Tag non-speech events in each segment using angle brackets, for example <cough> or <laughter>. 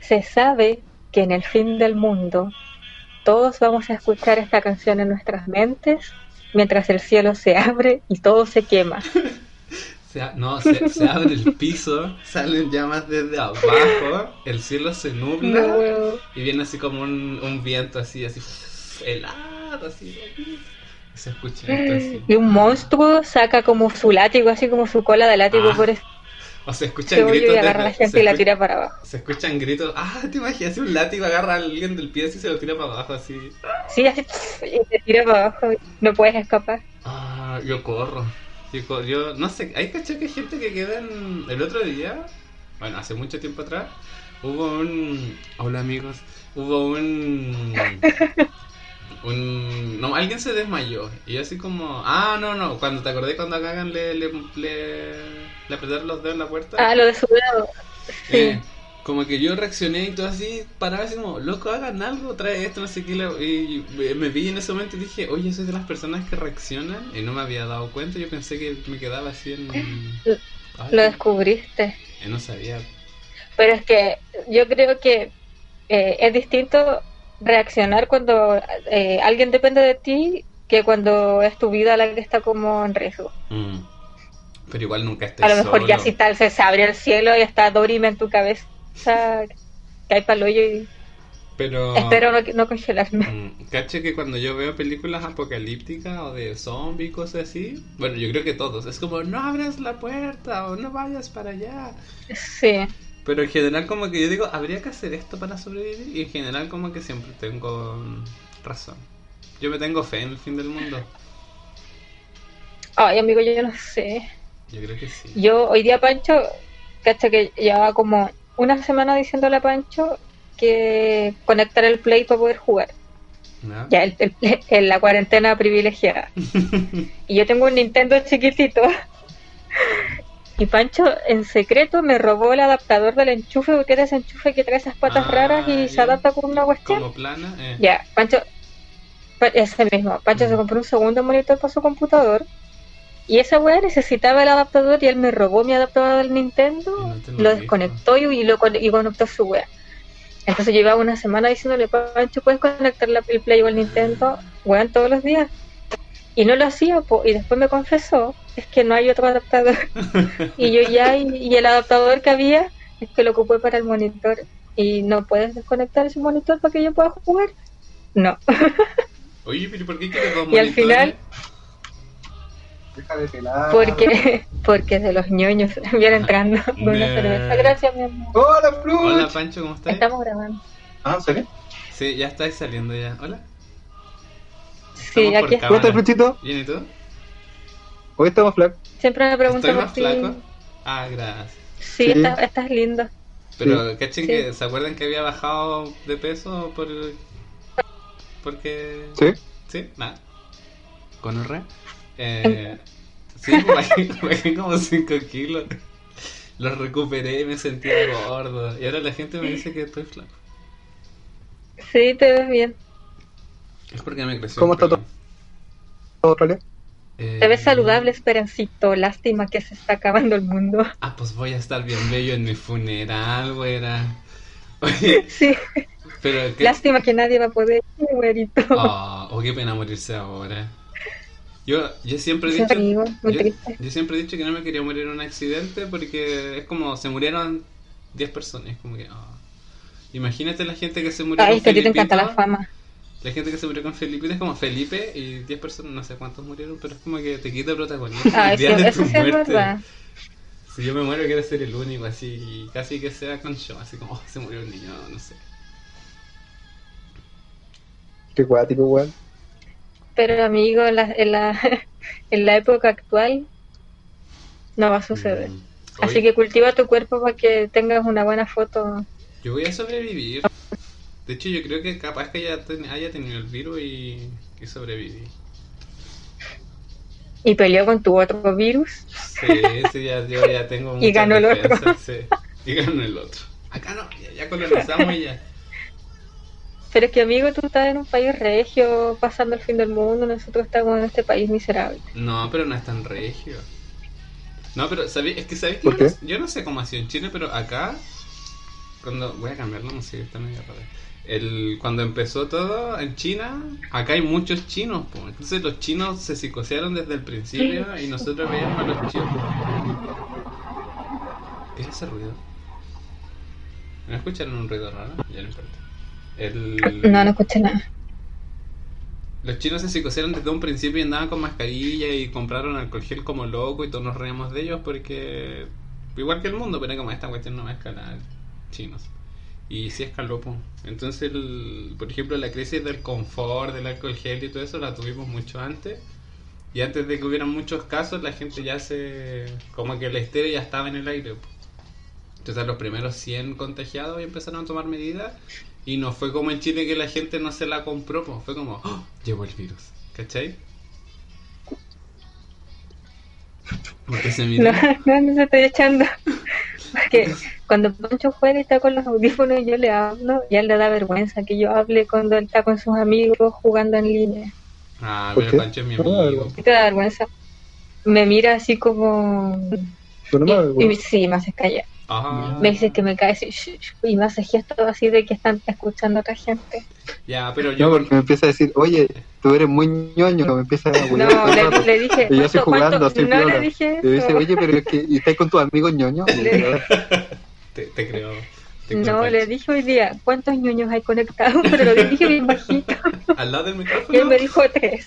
Se sabe que en el fin del mundo todos vamos a escuchar esta canción en nuestras mentes mientras el cielo se abre y todo se quema. Se, no, se, se abre el piso, <laughs> salen llamas desde abajo, el cielo se nubla No. y viene así como un, un viento así, así helado, así. y se escucha esto así. Y un monstruo saca como su látigo, así como su cola de látigo Ah, por este O se escuchan hoyo gritos. y agarra a la desde- gente y la escu- tira para abajo. se escuchan gritos. Ah, te imaginas, un látigo agarra a alguien del pie así y se lo tira para abajo así. Sí, así y te tira para abajo, no puedes escapar. Ah, yo corro. Yo, co- yo no sé, hay caché que hay gente que queda en... El otro día, bueno, hace mucho tiempo atrás, hubo un... Hola amigos, hubo un... un... No, alguien se desmayó. Y yo así como... Ah, no, no, cuando te acordé cuando a Gagan le, le, le, le apretaron los dedos en la puerta. Ah, lo de su lado. Sí. Eh, como que yo reaccioné y todo así, paraba así como, loco, hagan algo, trae esto, no sé qué. la- Y me- me vi en ese momento y dije, oye, soy de las personas que reaccionan. Y no me había dado cuenta, yo pensé que me quedaba <laughs> así en. Ay, Lo descubriste. eh, no sabía. Pero es que yo creo que eh, es distinto reaccionar cuando eh, alguien depende de ti que cuando es tu vida la que está como en riesgo. Mm. Pero igual nunca estoy A lo mejor solo. ya si tal se se abrió el cielo y está Dorime en tu cabeza, que hay palo y Pero. espero no, no congelarme. <laughs> Mm, Caché que cuando yo veo películas apocalípticas o de zombies, cosas así, bueno, yo creo que todos, es como, no abras la puerta o no vayas para allá. Sí, Pero en general como que yo digo, habría que hacer esto para sobrevivir y en general como que siempre tengo mm, razón. Yo me tengo fe en el fin del mundo. ay amigo, yo no sé. Yo creo que sí. Yo hoy día Pancho, cacha que llevaba como una semana diciéndole a Pancho que conectar el play para poder jugar. ¿No? Ya, el, el- el- la cuarentena <laughs> privilegiada. y yo tengo un Nintendo chiquitito. Y Pancho en secreto me robó el adaptador del enchufe, porque era ese enchufe que trae esas patas Ah, raras y se ya. adapta con una cuestión. Como plana. eh. Ya, Pancho, Pa- ese mismo, Pancho Mm. se compró un segundo monitor para su computador. Y esa weá necesitaba el adaptador y él me robó mi adaptador del Y Nintendo, no te lo lo dijo. desconectó y, y lo con- y conectó su weá. Entonces llevaba una semana diciéndole, Pancho, ¿puedes conectar la, el Play o el Nintendo? Weón, todos los días. Y no lo hacía, po, y después me confesó, es que no hay otro <laughs> adaptador. y yo ya, y, y el adaptador que había, es que lo ocupé para el monitor. Y no puedes desconectar ese monitor para que yo pueda jugar. No. Oye, pero ¿por qué quieres dos Y al final- Deja de pelar. Ah. Porque, <laughs> porque de los ñoños viene entrando <laughs> con una Nerd. cerveza. Gracias, mi amor. ¡Hola, Fruit! Hola Pancho, ¿cómo estás? Estamos grabando. Ah, ¿sale? Sí, ya estáis saliendo ya. Hola. Sí, por aquí cámara. ¿Cómo estás, Fruchito? ¿Bien y tú? Hoy estamos flac. siempre me ¿Estoy preguntan por más ti. flaco? Ah, gracias. Sí, Sí. está- estás lindo. Pero cachen Sí. que se acuerdan que había bajado de peso por porque ¿Sí? Sí, nada. ¿Con un re? Eh, sí, <laughs> bajé, bajé como 5 kilos. Los recuperé y me sentía gordo. Y ahora la gente me dice que estoy flaco. Sí, te ves bien. Es porque me creció. ¿Cómo el pelo. está ¿Todo roleo? Eh, Te ves saludable, Esperancito. Lástima que se está acabando el mundo. <laughs> Ah, pues voy a estar bien bello en mi funeral, güera. Oye, Sí, pero qué. lástima que nadie va a poder ir, güerito. Oh, oh, qué pena morirse ahora. Yo, yo siempre he Sí, dicho. amigo, muy yo, triste. yo siempre he dicho que no me quería morir en un accidente porque es como se murieron 10 personas. es como que. ah. Imagínate la gente que se murió Ay, con es que a ti te Felipito, encanta la fama. la gente que se murió con Felipe es como Felipe y 10 personas, no sé cuántos murieron, pero es como que te quita protagonismo. el Ay, sí, día de Ah, eso tu sí es muerte. verdad. Si yo me muero, quiero ser el único, así, y casi que sea con yo, así como oh, se murió un niño, no sé. Qué guático, weón. Pero amigo, en la, en la, <laughs> en la época actual no va a suceder. Mm. Así Oye, que cultiva tu cuerpo para que tengas una buena foto. Yo voy a sobrevivir. De hecho, yo creo que capaz que haya, ten- haya tenido el virus y, y sobreviví. Y peleó con tu otro virus. Sí, sí, ya, yo ya tengo Y muchas ganó el otro. defensas, sí. Y ganó el otro. Acá no, ya, ya colonizamos y ya. Pero es que amigo, tú estás en un país regio, pasando el fin del mundo, nosotros estamos en este país miserable. No, pero no es tan regio. No, pero sabí- es que sabéis que ¿Por yo, no- qué? yo no sé cómo ha sido en Chile, pero acá cuando voy a cambiar la música, está medio rara. El, cuando empezó todo en China, acá hay muchos chinos, po. entonces los chinos se psicosearon desde el principio y nosotros veíamos a los chinos. ¿Qué es ese ruido? ¿No escucharon un ruido raro? Ya no importa. El... No, no escuché nada. Los chinos se psicosearon desde un principio y andaban con mascarilla y compraron alcohol gel como loco y todos nos reíamos de ellos porque igual que el mundo, pero como esta cuestión no va a escalar chinos. Y sí escaló, po. Entonces, el- por ejemplo, la crisis del confort, del alcohol gel y todo eso la tuvimos mucho antes. Y antes de que hubieran muchos casos, la gente ya se... como que el estéreo ya estaba en el aire. po. Entonces, a los primeros 100 contagiados y empezaron a tomar medidas. Y no fue como en Chile que la gente no se la compró, po. fue como, ¡Oh! llevo el virus, ¿cachai? Porque se <laughs> No, mira. no, no se estoy echando. <laughs> Porque cuando Poncho juega y está con los audífonos y yo le hablo, ya le da vergüenza que yo hable cuando él está con sus amigos jugando en línea. Ah, ¿Por pero qué? Pancho es mi No, no, amigo. no. ¿Qué te da vergüenza? Me mira así como... y, y Pero no me me- avergüenza. sí, me hace callar. Ah. Me dice que me cae así, "Shh, shh", y me hace gestos así de que están escuchando a otra gente. Ya, pero No, yo. porque me empieza a decir, oye, tú eres muy ñoño, me empieza a No, huevear todo el rato. le, le dije... <laughs> Y yo estoy "¿Cuánto- jugando cuánto?". así, No piola. le dije Y dice, eso. oye, pero es que, ¿y estás con tu amigo ñoño? Y Le- yo, Te, te creo. te creo, No, Pancho. le dije hoy día, ¿cuántos niños hay conectados? <laughs> Pero lo dije bien bajito. Al lado del Y él micrófono. me dijo <laughs> tres.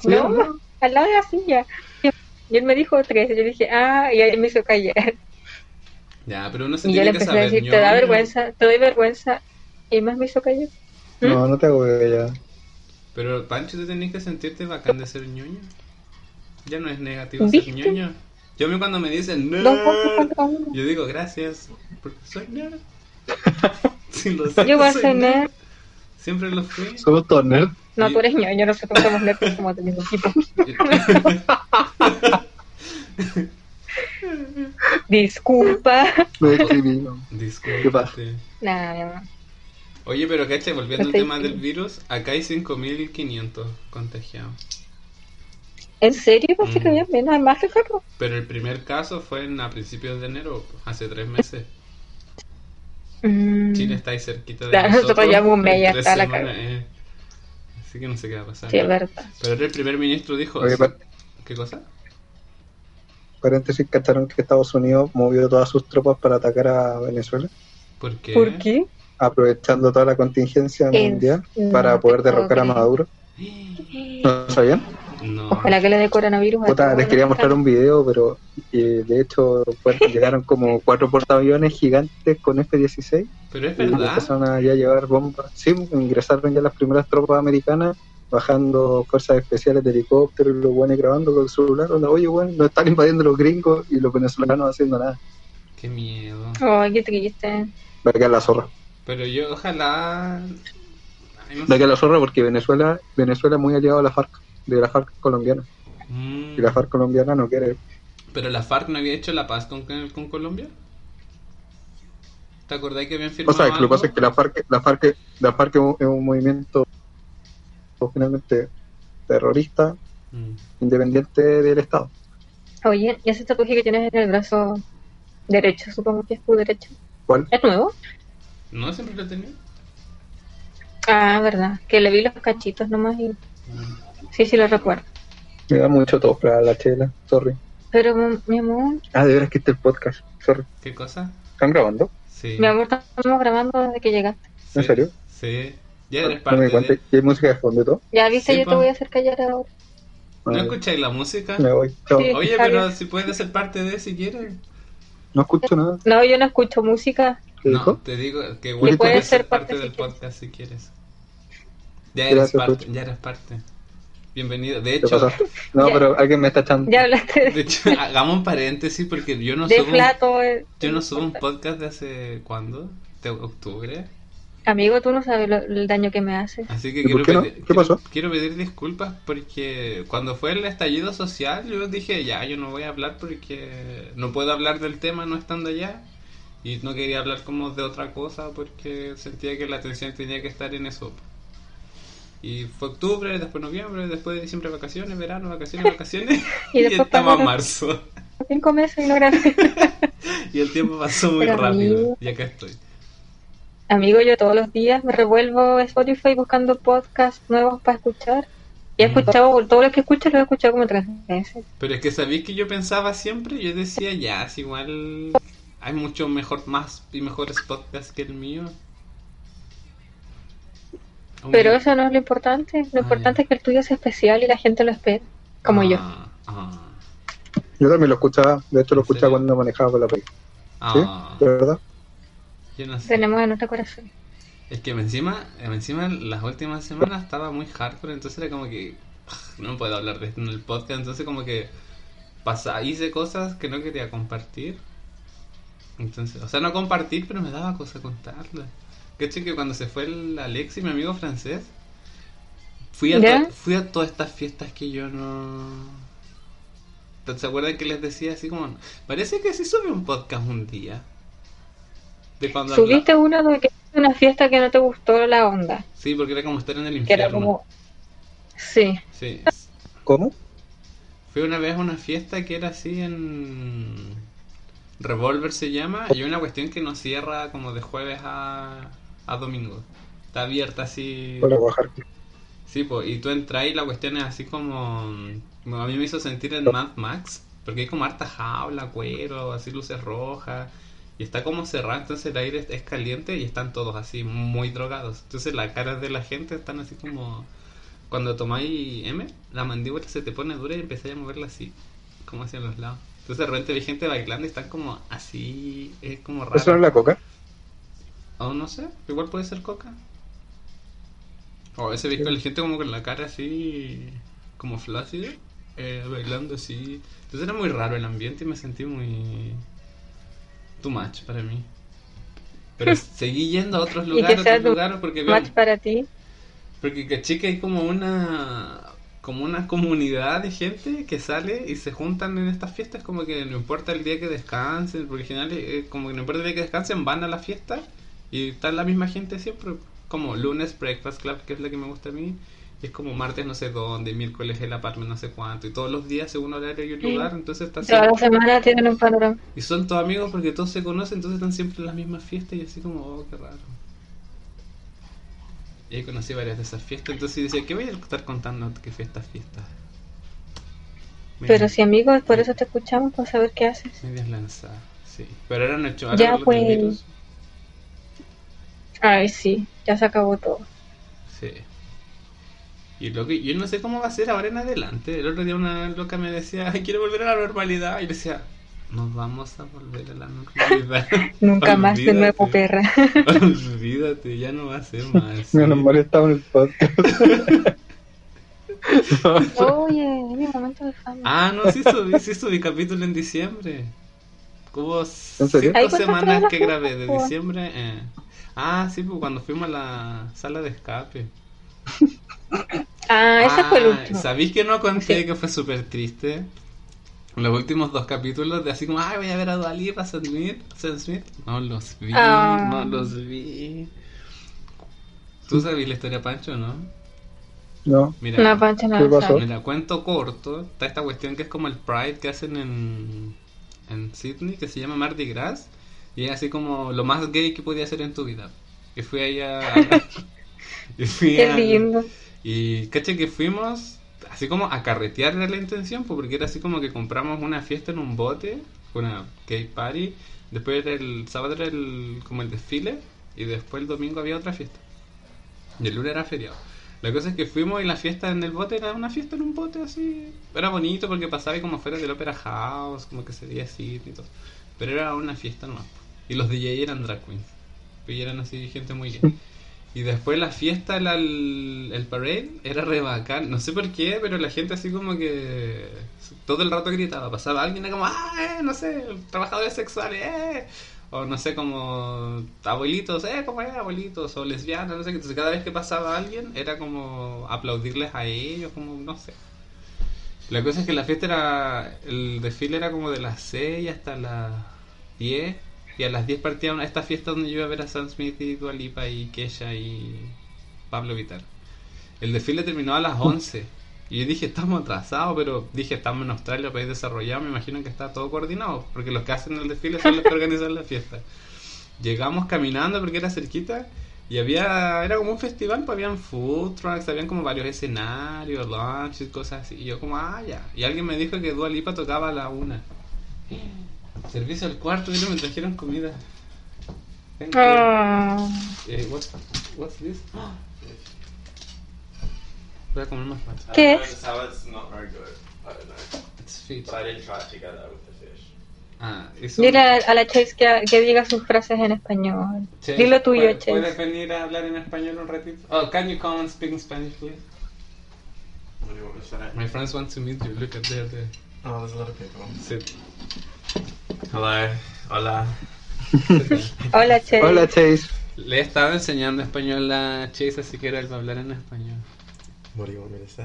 Sí, ¿no? No, al lado de la silla. Y él me dijo tres. Y yo dije, ah, y ahí me hizo callar. Ya, pero uno se Y yo tiene le que empecé a saber. decir, te ñoño. da vergüenza, te doy vergüenza. Y más me hizo callar. No, no te hago ya. Pero Pancho, tú tenías que sentirte bacán de ser ñoño. Ya no es negativo ¿Viste? ser ñoño. Yo a mí cuando me dicen no, Dos voces contra uno. yo digo gracias, porque soy <laughs> nerd. Si lo Yo voy a soy ser nerd. nerd. Siempre lo fui. <laughs> Somos todos nerds. No, Y- tú eres ñoño, nosotros somos nerds, somos del mismo equipo. Disculpa. Me escribimos. ¿Qué pasa? Disculpe. Nada, mi amor. Oye, pero caché, volviendo al Estoy- tema del virus, acá hay 5.500 contagiados. ¿En serio? Pensé que Mm. había menos, más que Carlos. Pero el primer caso fue en, a principios de enero, hace tres meses. Mm. Chile está ahí cerquita de Claro, nosotros llevamos un en mes, ya tres está la semanas, cagada. eh. Así que no sé qué va a pasar. Sí, es verdad. pero el primer ministro dijo... Oye, pa- ¿Qué cosa? Paréntesis, ¿cacharon que Estados Unidos movió todas sus tropas para atacar a Venezuela? ¿Por qué? ¿Por qué? Aprovechando toda la contingencia En- mundial no para te poder puedo derrocar a creer. Maduro. ¿No sabían? No. Ojalá que le dé coronavirus. a Puta, todos les quería los mostrar un video, pero eh, de hecho pues, llegaron como cuatro portaaviones gigantes con F-16 Pero es y verdad. empezaron a ya llevar bombas. Sí, ingresaron ya las primeras tropas americanas bajando fuerzas especiales de helicóptero y los buenos grabando con el celular. Onda, Oye, bueno, nos están invadiendo los gringos y los venezolanos haciendo nada. Qué miedo. Ay, qué triste. Va a quedar la zorra. Pero yo ojalá... Ay, no Va a sé. quedar la zorra porque Venezuela Venezuela es muy aliado a la FARC, de la FARC colombiana. Mm. Y la FARC colombiana no quiere. Pero la FARC no había hecho la paz con, con Colombia. ¿Te acordás que habían O firmado sea, que lo que algo? pasa es que la FARC, la FARC, la FARC es un- es un movimiento finalmente terrorista Mm. independiente del Estado. Oye, ¿y ese tatuaje que tienes en el brazo derecho? Supongo que es tu derecho. ¿Cuál? ¿Es nuevo? ¿No siempre lo tenía? Ah, verdad. Que le vi los cachitos nomás y... Mm. Sí, sí, lo recuerdo. Me da mucho para la chela, sorry. Pero, mm, mi amor, Ah, de veras que este es el podcast, sorry. ¿Qué cosa? ¿Están grabando? Sí. mi amor, estamos grabando desde que llegaste. Sí, ¿En serio? Sí. Ya eres No me parte di cuenta. de... ¿Y hay música de fondo y todo? Ya viste, Sí, yo pa. te voy a hacer callar ahora. ¿No Ah, escucháis la música? Me voy, chao. Sí. Oye, Está pero bien. si puedes ser parte de si quieres. No escucho nada. No, yo no escucho música. ¿Qué no, dijo? te digo que puedes puedes ser ser parte parte si del quieres. podcast si quieres. Ya eres Gracias, parte, Pucho. ya eres parte. Bienvenido. De ¿Te hecho, pasaste? No, Ya. pero alguien me está echando. Ya hablaste de, <laughs> de hecho, hagamos un paréntesis porque yo no de subo, un, plato. eh. yo no subo un podcast de hace cuándo, de octubre. Amigo, tú no sabes lo- el daño que me hace. Así que ¿Y por quiero, qué no? pedir, ¿Qué quiero- pasó? quiero pedir disculpas porque cuando fue el estallido social yo dije ya, yo no voy a hablar porque no puedo hablar del tema no estando allá y no quería hablar como de otra cosa porque sentía que la atención tenía que estar en eso. Y fue octubre, después noviembre, después diciembre vacaciones, verano, vacaciones, vacaciones <laughs> Y <laughs> y, después estaba pasaron- marzo Cinco meses y no grabé. <laughs> y el tiempo pasó muy Pero rápido amigo. y acá estoy. Amigo, yo todos los días me revuelvo a Spotify buscando podcasts nuevos para escuchar. Y he Mm. escuchado, todo lo que escucho lo he escuchado como tres veces. Pero es que sabéis que yo pensaba siempre, yo decía, ya, es igual hay mucho mejor, más y mejores podcasts que el mío. Aún Pero yo- eso no es lo importante. Lo Ah, importante ya. es que el tuyo es especial y la gente lo espera. Como Ah, yo. ah, Yo también lo escuchaba, de hecho lo ¿En escuchaba serio? cuando manejaba por la playa. ¿Sí? ah, ¿De verdad? yo no sé. Tenemos en nuestro corazón. Es que encima, encima las últimas semanas estaba muy hardcore, entonces era como que "Ugh, no puedo hablar de esto en el podcast, entonces como que pasa, hice cosas que no quería compartir. Entonces, o sea, no compartir, pero me daba cosa contarlas. ¿Cachai? Que cuando se fue el Alexi, mi amigo francés, fui a, ¿Ya? to- fui a todas estas fiestas que yo no... ¿Se acuerdan que les decía así como... Parece que sí sube un podcast un día. De cuando habla- Subiste uno de que una fiesta que no te gustó la onda. Sí, porque era como estar en el Que era infierno. como. Sí. Sí. ¿Cómo? Fui una vez a una fiesta que era así en. Revolver se llama, y una cuestión que no cierra como de jueves a, a domingo. Está abierta así. Para bajar. Sí, po, y tú entras y la cuestión es así como. como a mí me hizo sentir en Mad Max, porque hay como harta jaula, cuero, así luces rojas, y está como cerrada, entonces el aire es- es caliente y están todos así, muy drogados. Entonces las caras de la gente están así como. Cuando tomáis M, la mandíbula se te pone dura y empezáis a moverla así, como hacia los lados. Entonces de repente vi gente bailando y están como así, es como ¿Eso no raro. es la coca? O no sé, igual puede ser coca. O ese visto la gente como con la cara así, como flácida, eh, bailando así. Entonces era muy raro el ambiente y me sentí muy. too much para mí. Pero seguí yendo a otros lugares, a sea otros too lugares, porque veo- Match para ti. porque caché que hay como una como una comunidad de gente que sale y se juntan en estas fiestas como que no importa el día que descansen, porque en general eh, como que no importa el día que descansen, van a la fiesta y está la misma gente siempre, como lunes Breakfast Club, que es la que me gusta a mí, y es como martes no sé dónde, miércoles el apartment no sé cuánto, y todos los días según horario y Sí. lugar, entonces está Toda siempre- la semana tienen un panorama. y son todos amigos porque todos se conocen, entonces están siempre en las mismas fiestas y así como, oh, qué raro. Y ahí conocí varias de esas fiestas, entonces decía, ¿qué voy a estar contando qué fiestas, fiestas? Media- Pero si, amigos, por eso te escuchamos, para saber qué haces. Medias lanzadas, sí. Pero ahora no he hecho ahora Ya, con lo del pues. virus, Ay, sí. Ya se acabó todo. Sí. Y lo que yo no sé cómo va a ser ahora en adelante. El otro día una loca me decía, "Ay, quiero volver a la normalidad. Y le decía, nos vamos a volver a la normalidad. <laughs> Nunca más de nuevo, Olvídate. perra. Olvídate, ya no va a ser más. Menos mal estaba en el podcast. Oye, es mi momento de fama. Ah, no, sí subí, sí subí capítulo en diciembre. Hubo serio? Ahí cinco cuentas todas semanas las que grabé de cosas, po. diciembre. eh. Ah, sí, pues cuando fuimos a la sala de escape. Ah, ese fue el último. ¿Sabéis que no conté Sí. que fue súper triste? Los últimos dos capítulos de así como, ay, voy a ver a Dalí, a Sam Smith. Sam Smith. No los vi, Ah. no los vi. ¿Tú sabías la historia, Pancho, no? No. Mira, No, Pancho, no ¿Qué lo pasó? sabe. Mira, cuento corto, está esta cuestión que es como el Pride que hacen en, en Sydney, que se llama Mardi Gras, y es así como lo más gay que podía hacer en tu vida. Y fui allá... <laughs> y fui Qué a- lindo. Y caché que fuimos así como a carretear era la intención, pues, porque era así como que compramos una fiesta en un bote, una gay party, después era el sábado era el, como el desfile, y después el domingo había otra fiesta. Y el lunes era feriado. La cosa es que fuimos y la fiesta en el bote era una fiesta en un bote así. Era bonito porque pasaba y como fuera del Opera House, como que se veía así y todo. pues. Pero era una fiesta nomás. po. Y los DJ eran drag queens. Y eran así gente muy gay. Y después la fiesta, la- el, el parade, era re bacán. No sé por qué, pero la gente así como que todo el rato gritaba. Pasaba alguien era como, ah, eh", no sé, trabajadores sexuales, eh. O no sé, como abuelitos, eh, como es, abuelitos, o lesbianas, no sé. qué. Entonces cada vez que pasaba alguien era como aplaudirles a ellos, como, no sé. La cosa es que la fiesta era, el desfile era como de las 6 hasta las 10 y a las 10 partía una, esta fiesta donde yo iba a ver a Sam Smith y Dua Lipa y Kesha y Pablo Vitar. El desfile terminó a las 11 y yo dije, estamos atrasados, pero dije, estamos en Australia, país desarrollado, me imagino que está todo coordinado, porque los que hacen el desfile son los que organizan la fiesta. Llegamos caminando porque era cerquita y había, era como un festival, pues habían food trucks, habían como varios escenarios, lunches, cosas así. Y yo como, ah, ya. Y alguien me dijo que Dua Lipa tocaba a la una. Servicio al cuarto, mira, me trajeron comida. Thank you. Ah, Eh, what, what's this? <gasps> Ah. Voy a comer más rato. ¿Qué I don't know, es? The salad's not very good. I don't know. It's fish. But I didn't try it together with the fish. Ah, eso. dile a, a la Chase que, que diga sus frases en español. Che, Dilo tuyo, ¿puedes- ¿Puedes Chase. venir a hablar en español un ratito? Oh, can you come and speak in Spanish, please? What do you want me to say? My friends want to meet you. Look at eh. there, there. Oh, there's a lot of people. Sit. Hello. Hola. Hola, Chase. Hola, Chase. Le he estado enseñando español a Chase, así que ahora él va a hablar en español. What do you want me to say?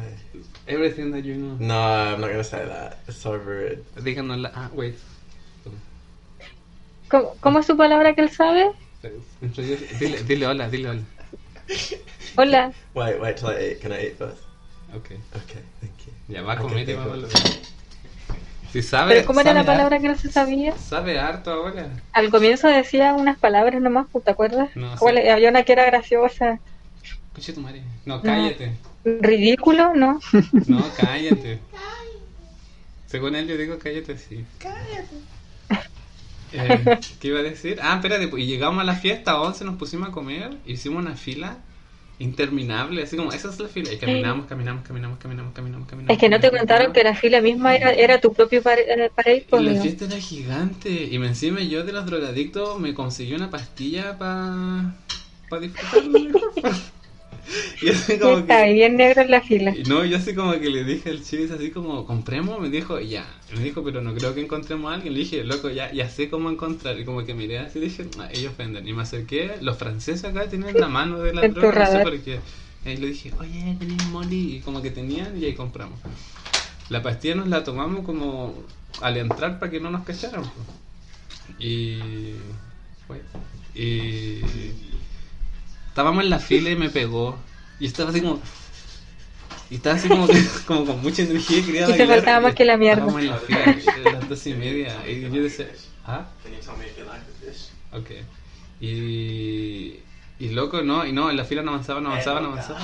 Everything that you know. No, I'm not going to say that. It's so rude. Díganos la... Ah, wait. ¿Cómo, cómo es su palabra que él sabe? Introduce- Dile, dile hola, dile hola. Hola. Wait, wait till I eat. Can I eat first? Ok. Okay, thank you. Ya va a Ok, comer y va a perfecto. volver. Si sabe... ¿Pero cómo era sabe la palabra harto- que no se sabía? Sabe harto ahora. Al comienzo decía unas palabras nomás, pues, ¿te acuerdas? No, sí. ¿Cuál es? Había una que era graciosa. Escucha tu madre. No, cállate. Ridículo, <laughs> ¿no? No, cállate. Según él, yo digo cállate, sí. Cállate. ¿Qué iba a decir? Ah, espérate, pues, y llegamos a la fiesta a 11, nos pusimos a comer, hicimos una fila interminable, así como, esa es la fila. Y caminamos, caminamos, caminamos, caminamos, caminamos, caminamos. Es que no te caminamos, contaron que la fila misma era, era tu propio par- eh, paraíso. y la amigo. fiesta era gigante. Y me encima yo de los drogadictos me conseguí una pastilla para pa disfrutarlo mejor. pues. <laughs> y así Ya como está, que... y bien negro en la fila. Y No, yo así como que le dije al Chase, así como, ¿compremos? Me dijo, ya. Me dijo, pero no creo que encontremos a alguien. Le dije, loco, ya, ya sé cómo encontrar. Y como que miré así, dije, "Ah, ellos venden. Y me acerqué, los franceses acá tienen la mano de la En tu droga, no sé radar. por qué. Y ahí le dije, oye, tenéis molly. Y como que tenían y ahí compramos. La pastilla nos la tomamos como al entrar para que no nos cacharan. po. Y... fue. Y... Estábamos en la fila y me pegó. Y estaba así como... Y estaba así como, que- <laughs> como con mucha energía y quería Y te bailar. faltaba más que la mierda. Estábamos en la fila a las dos y media. Y yo decía, ¿ah? Can you tell me if you like the fish? Ok. Y... Y loco, no, y no, en la fila no avanzaba, no avanzaba, no avanzaba.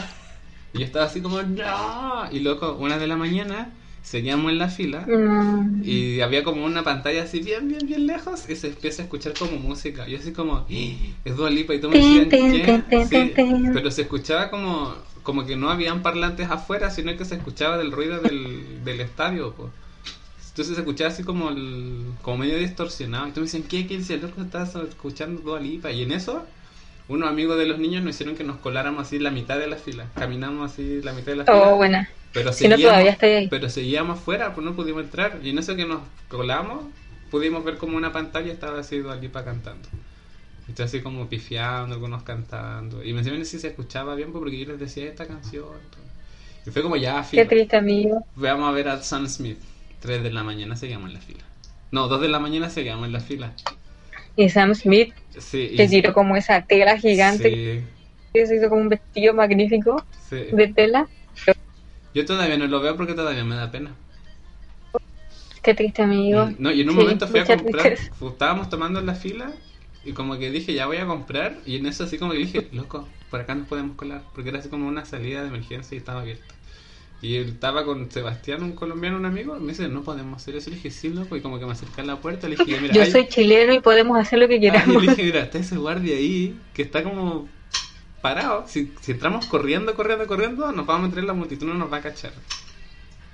Y yo estaba así como, no. Y loco, una de la mañana, seguíamos en la fila. Mm. Y había como una pantalla así bien, bien, bien lejos y se empieza a escuchar como música. Yo así como, "¡Ah! es Dua Lipa y tú me Tin, decían, tin, tin, ¿qué? tin, tin, Sí, tin. pero se escuchaba como, como que no habían parlantes afuera, sino que se escuchaba del ruido del, del estadio. po. Entonces se escuchaba así como, el- como medio distorsionado. Y tú me decían, ¿qué? ¿Qué? Y decía, loco, estás escuchando Dua Lipa. Y en eso... Unos amigos de los niños nos hicieron que nos coláramos así la mitad de la fila. Caminamos así la mitad de la fila. Oh, buena. Pero Si no, seguíamos- todavía estoy ahí. pero seguíamos afuera, pues no pudimos entrar. Y en eso que nos colamos, pudimos ver como una pantalla estaba así Dua Lipa cantando. Y Estoy así como pifiando, algunos cantando. Y me decían si se escuchaba bien, pues, porque yo les decía esta canción. pues. Y fue como ya, Qué fila. triste, amigo. Vamos a ver a Sam Smith. 3 de la mañana seguíamos en la fila. No, 2 de la mañana seguíamos en la fila. Y Sam Smith Sí, y- te tiró como esa tela gigante Sí, que se hizo como un vestido magnífico sí. de tela. Yo todavía no lo veo porque todavía me da pena. Qué triste, amigo. Mm, Eh, No, y en un Sí, momento fui a mucha comprar, tristeza. fu- estábamos tomando en la fila y como que dije, ya voy a comprar y en eso así como que dije, loco, por acá nos podemos colar, porque era así como una salida de emergencia y estaba abierta. Y él estaba con Sebastián, un colombiano, un amigo, y me dice, no podemos hacer eso. Le dije, sí, loco, y como que me acerqué a la puerta, le dije, mira, Yo hay- soy chileno y podemos hacer lo que Ah, y queramos. le dije, mira, está ese guardia ahí que está como parado. Si, si entramos corriendo, corriendo, corriendo, nos vamos a meter en la multitud, no nos va a cachar.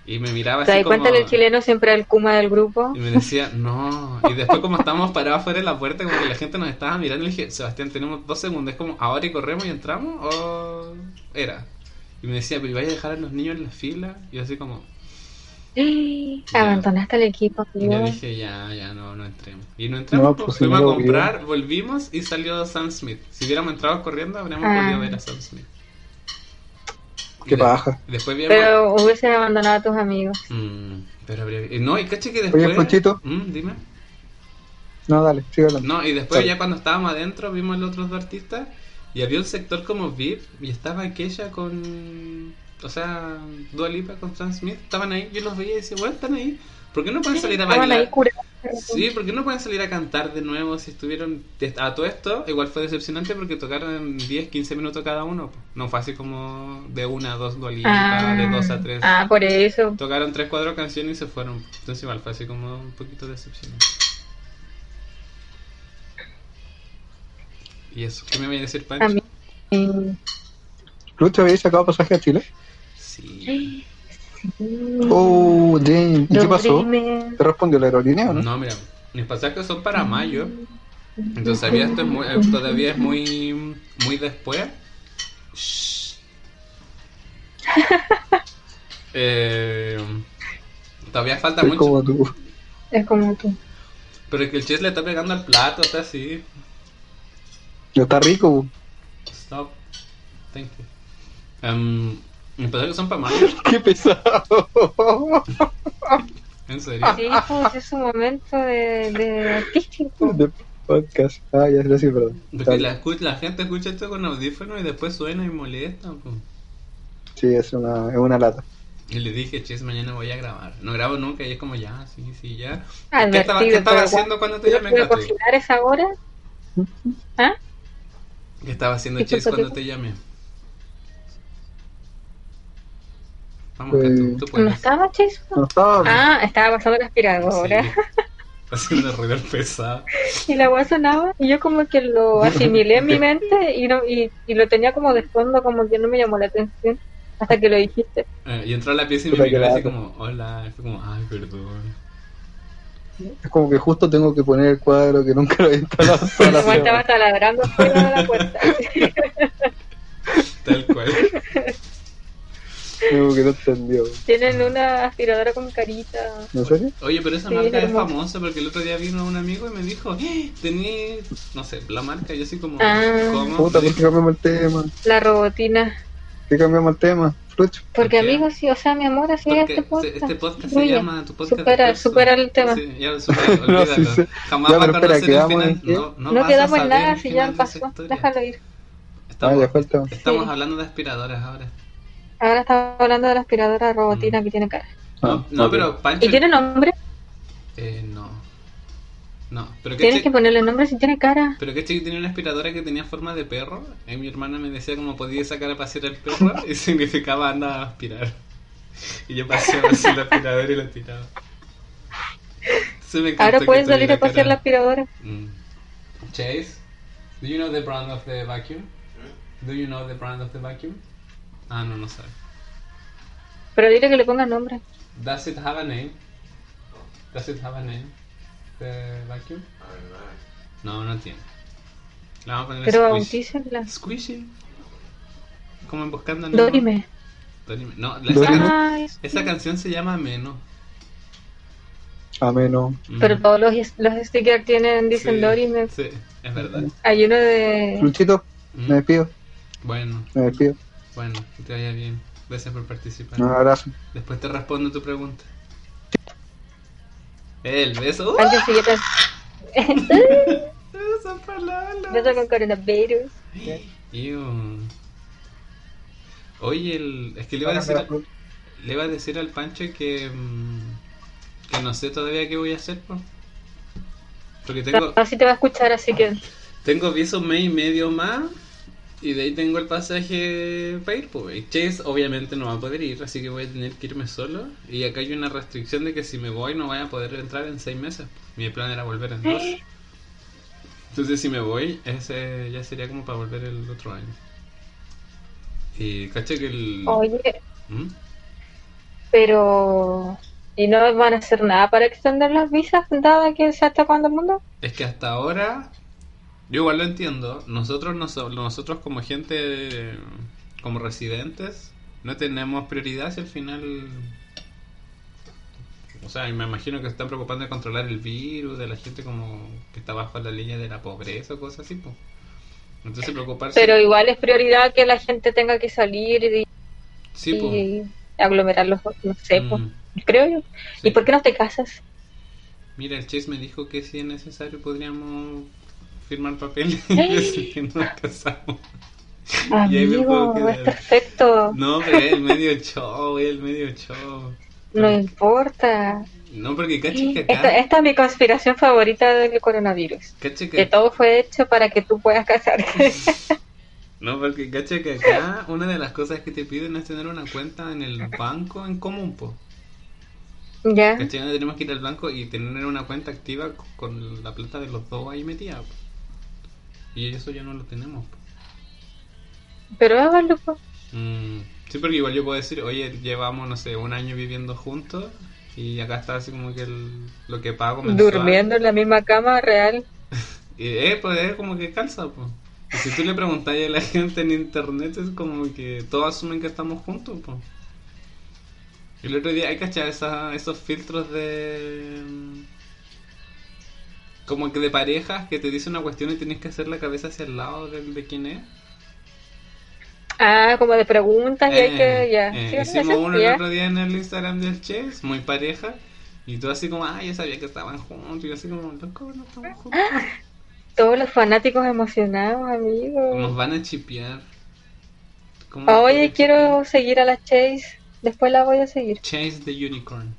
Y me miraba ¿Te así das como... cuenta que el chileno siempre es el kuma del grupo? Y me decía, no. Y después como estábamos parados fuera de la puerta, como que la gente nos estaba mirando, le dije, Sebastián, tenemos dos segundos, es como, ¿ahora y corremos y entramos? ¿O era? Y me decía, pero ¿y vais a dejar a los niños en la fila? Y yo así como, <gasps> Ya. Abandonaste al equipo, y yo amigo. dije, ya, ya, no, no entremos. Y no entramos, No, pues, pues, fuimos no, a comprar, volvimos y salió Sam Smith. Si hubiéramos entrado corriendo, habríamos Ah. podido ver a Sam Smith. Y Qué de- paja. Después vimos... Pero hubieses abandonado a tus amigos. Mm, pero habría- eh, No, y caché que después... Ponchito. Mm, dime. No, dale, sigue hablando. No, y después Sorry. ya cuando estábamos adentro vimos los otros dos artistas y había un sector como VIP y estaba aquella con... O sea, Dua Lipa con Sam Smith, estaban ahí, yo los veía y decía, bueno, están ahí, ¿por qué no pueden salir a Estaban ahí bailar? curados. Sí, ¿por qué no pueden salir a cantar de nuevo si estuvieron... A todo esto igual fue decepcionante porque tocaron 10, 15 minutos cada uno. po. No fue así como de una a dos Dua Lipa, Ah, de dos a tres. ah, por eso. Tocaron 3, 4 canciones y se fueron. Entonces igual fue así como un poquito decepcionante. ¿Y eso? ¿Qué me voy a decir, Pancho? A mí. Oh, Mm, ¿Lucho había sacado pasaje a Chile? Sí. Oh, damn. ¿Y qué los pasó? dreamers. ¿Te respondió la aerolínea o no? No, mira, mis pasajes son para mayo. Entonces todavía, esto es muy, eh, todavía es muy, muy después. Shh. Eh, todavía falta Es mucho. como tú. Es como tú. Pero es que el chis le está pegando al plato, está así. No está rico. bu. Stop. Thank you. Em, mis pasajes son para mayo. Qué pesado. <laughs> En serio. Sí, pues es un momento de, de artístico. De podcast. Ah, ya, ya sí, perdón. Porque Dale. la, escu- la gente escucha esto con audífonos y después suena y molesta. po. Sí, es una, es una lata. Y le dije, chis, mañana voy a grabar. No grabo nunca y es como, ya, sí, sí, ya. ¿Qué Advertido. estaba, qué estaba pero haciendo cuando te cuando- llamé, pero Katy? cocinar es ahora? ¿Ah? ¿Qué estaba haciendo ¿Qué chis cosa cuando te- te llamé? Vamos, Pues- Katy, tú ¿No puedes. estaba chispa? No estaba. Ah, estaba pasando la aspiradora. Sí. Haciendo ruido pesado. Y la voz sonaba y yo como que <laughs> lo asimilé en mi mente y, no, y, y lo tenía como de fondo, como que no me llamó la atención hasta que lo <laughs> dijiste. Eh, y entró a la pieza y me Puta, qué miró así lata. como, hola. Y fue como, ay, perdón. Es como que justo tengo que poner el cuadro que nunca lo he instalado. Y <laughs> como estaba taladrando fuera de la puerta. <laughs> Tal cual. Como que no entendió. Tienen una aspiradora con carita. ¿En serio? Oye, pero esa Sí, marca es hermoso. famosa porque el otro día vino un amigo y me dijo, ¡Eh! tení, no sé, la marca, yo así como, Ah. ¿cómo? Puta, Me ¿por qué dijo, cambiamos el tema? La robotina. ¿Por qué cambiamos el tema? Frucho. Porque ¿Por qué? amigos, sí, o sea, mi amor, así es porque este se- podcast. este podcast se Fluye. llama tu podcast. Supera- diverso. supera el tema. Sí, ya, supera, <laughs> No, olvídalo. sí, sí. Jamás Ya, va a pero espera, conocer el ¿quedamos en final. qué? No, no, No, vas a quedamos en saber nada, el si final ya de esa pasó. historia. Déjalo ir. Ah, Estamos, ya fue el tema. estamos Sí. hablando de aspiradoras ahora. Ahora estaba hablando de la aspiradora robotina Mm. que tiene cara. No, Ah, no, ok. pero Pancho. ¿Y tiene nombre? Eh, no. No, pero que Tienes que ponerle nombre si tiene cara. Pero que chico tenía una aspiradora que tenía forma de perro. Y mi hermana me decía como podía sacar a pasear al perro <laughs> y significaba anda a aspirar. Y yo <laughs> paseaba así la aspiradora y la tiraba. Entonces me encantó Ahora que puedes salir tuviera a pasear la cara. aspiradora. Mm. Chase, do you know the brand of the vacuum? Do you know the brand of the vacuum? Ah, no, no sabe. Pero dile que le ponga nombre. Does it have a name? Does it have a name? The vacuum? I don't know. No, no tiene. La vamos a poner Pero squishy. bautícenla. Squishy. Como en buscando a Nemo. Dorime. Dorime. No, la- esa, Dorime. Ay, esa canción se llama Menos. Ameno. Mm. Pero todos los, los stickers tienen, dicen Sí, Dorime. Sí, es verdad. Hay uno de... Luchito, Mm. me despido. Bueno, Me despido. bueno, que te vaya bien. Gracias por participar. Un abrazo. Después te respondo tu pregunta. El beso. ¡Uh! Pancho sigue pensando. Son palalas. Beso con coronavirus. Ew. Oye, el- es que le iba a decir, le iba a decir al Pancho que, mm, que no sé todavía qué voy a hacer. po. Porque tengo, Ah, Así te va a escuchar, así que... Tengo viso un mes y medio más. Y de ahí tengo el pasaje para ir, pues. Y Chase obviamente no va a poder ir, así que voy a tener que irme solo. Y acá hay una restricción de que si me voy no voy a poder entrar en seis meses. Mi plan era volver en dos. Entonces si me voy, ese ya sería como para volver el otro año. Y caché que el... Oye, ¿Mm? pero y no van a hacer nada para extender las visas dado que se está acabando el mundo Es que hasta ahora, yo igual lo entiendo, nosotros, no so- nosotros como gente, como residentes, no tenemos prioridad si al final... O sea, y me imagino que se están preocupando de controlar el virus, de la gente como que está bajo la línea de la pobreza o cosas así, pues. Entonces preocuparse... pero igual es prioridad que la gente tenga que salir y, sí, po. y aglomerar los no sé pues, Mm, creo yo sí. y por qué no te casas Mira, el Chase me dijo que si es necesario podríamos firmar <laughs> papeles <laughs> y ¡Ey! decir que nos casamos. Y ahí me puedo amigo es quedar. perfecto No, pero es el medio show, es el medio show. no importa No, porque caché que esta, acá. esta es mi conspiración favorita del coronavirus caché que- que todo fue hecho para que tú puedas casarte <laughs> no, porque caché que acá una de las cosas que te piden es tener una cuenta en el banco en común, po. ya ¿Cachai? Donde tenemos que ir al banco y tener una cuenta activa con la plata de los dos ahí metida, po. Y eso ya no lo tenemos, po. pero háganlo pues. Mm, sí, porque igual yo puedo decir, oye, llevamos, no sé, un año viviendo juntos y acá está así como que el- lo que pago mensual. durmiendo en la misma cama real Y, eh, pues es como que calza, pues. Y si tú le preguntas a la <laughs> gente en internet, es como que todos asumen que estamos juntos, pues. Y el otro día hay que echar esos filtros de. mm, Como que de parejas que te dice una cuestión y tienes que hacer la cabeza hacia el lado de, de quién es. Ah, como de preguntas y hay Eh, que ya. eh, ¿Sí, hicimos gracias? uno Ya. el otro día en el Instagram del Chess, muy pareja. Y tú así como, ah, yo sabía que estaban juntos. Y yo así como, loco, no estamos juntos. Todos los fanáticos emocionados, Nos amigos. van a chipear. ¿Cómo nos Ah, van Oye, a quiero seguir a la Chase. Después la voy a seguir. Chase the Unicorn.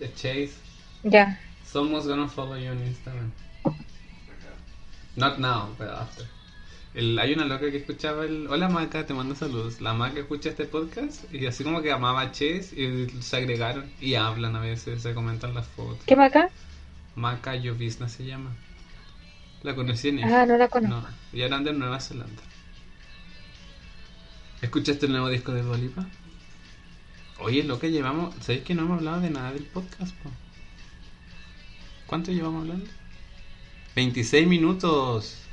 Eh, Chase, Ya. someone's gonna follow you on Instagram. Not now, but after. El- hay una loca que escuchaba el. Hola Maca, te mando saludos. La Maca escucha este podcast y así como que amaba a Chase y se agregaron y hablan a veces, se comentan las fotos. ¿Qué acá? Maca Llovizna se llama. La conocí en Ah, no la conozco. No, ya eran de Nueva Zelanda. ¿Escuchaste el nuevo disco de Dolipa? Oye, lo que llevamos. ¿Sabéis que no hemos hablado de nada del podcast? po? ¿Cuánto llevamos hablando? 26 minutos.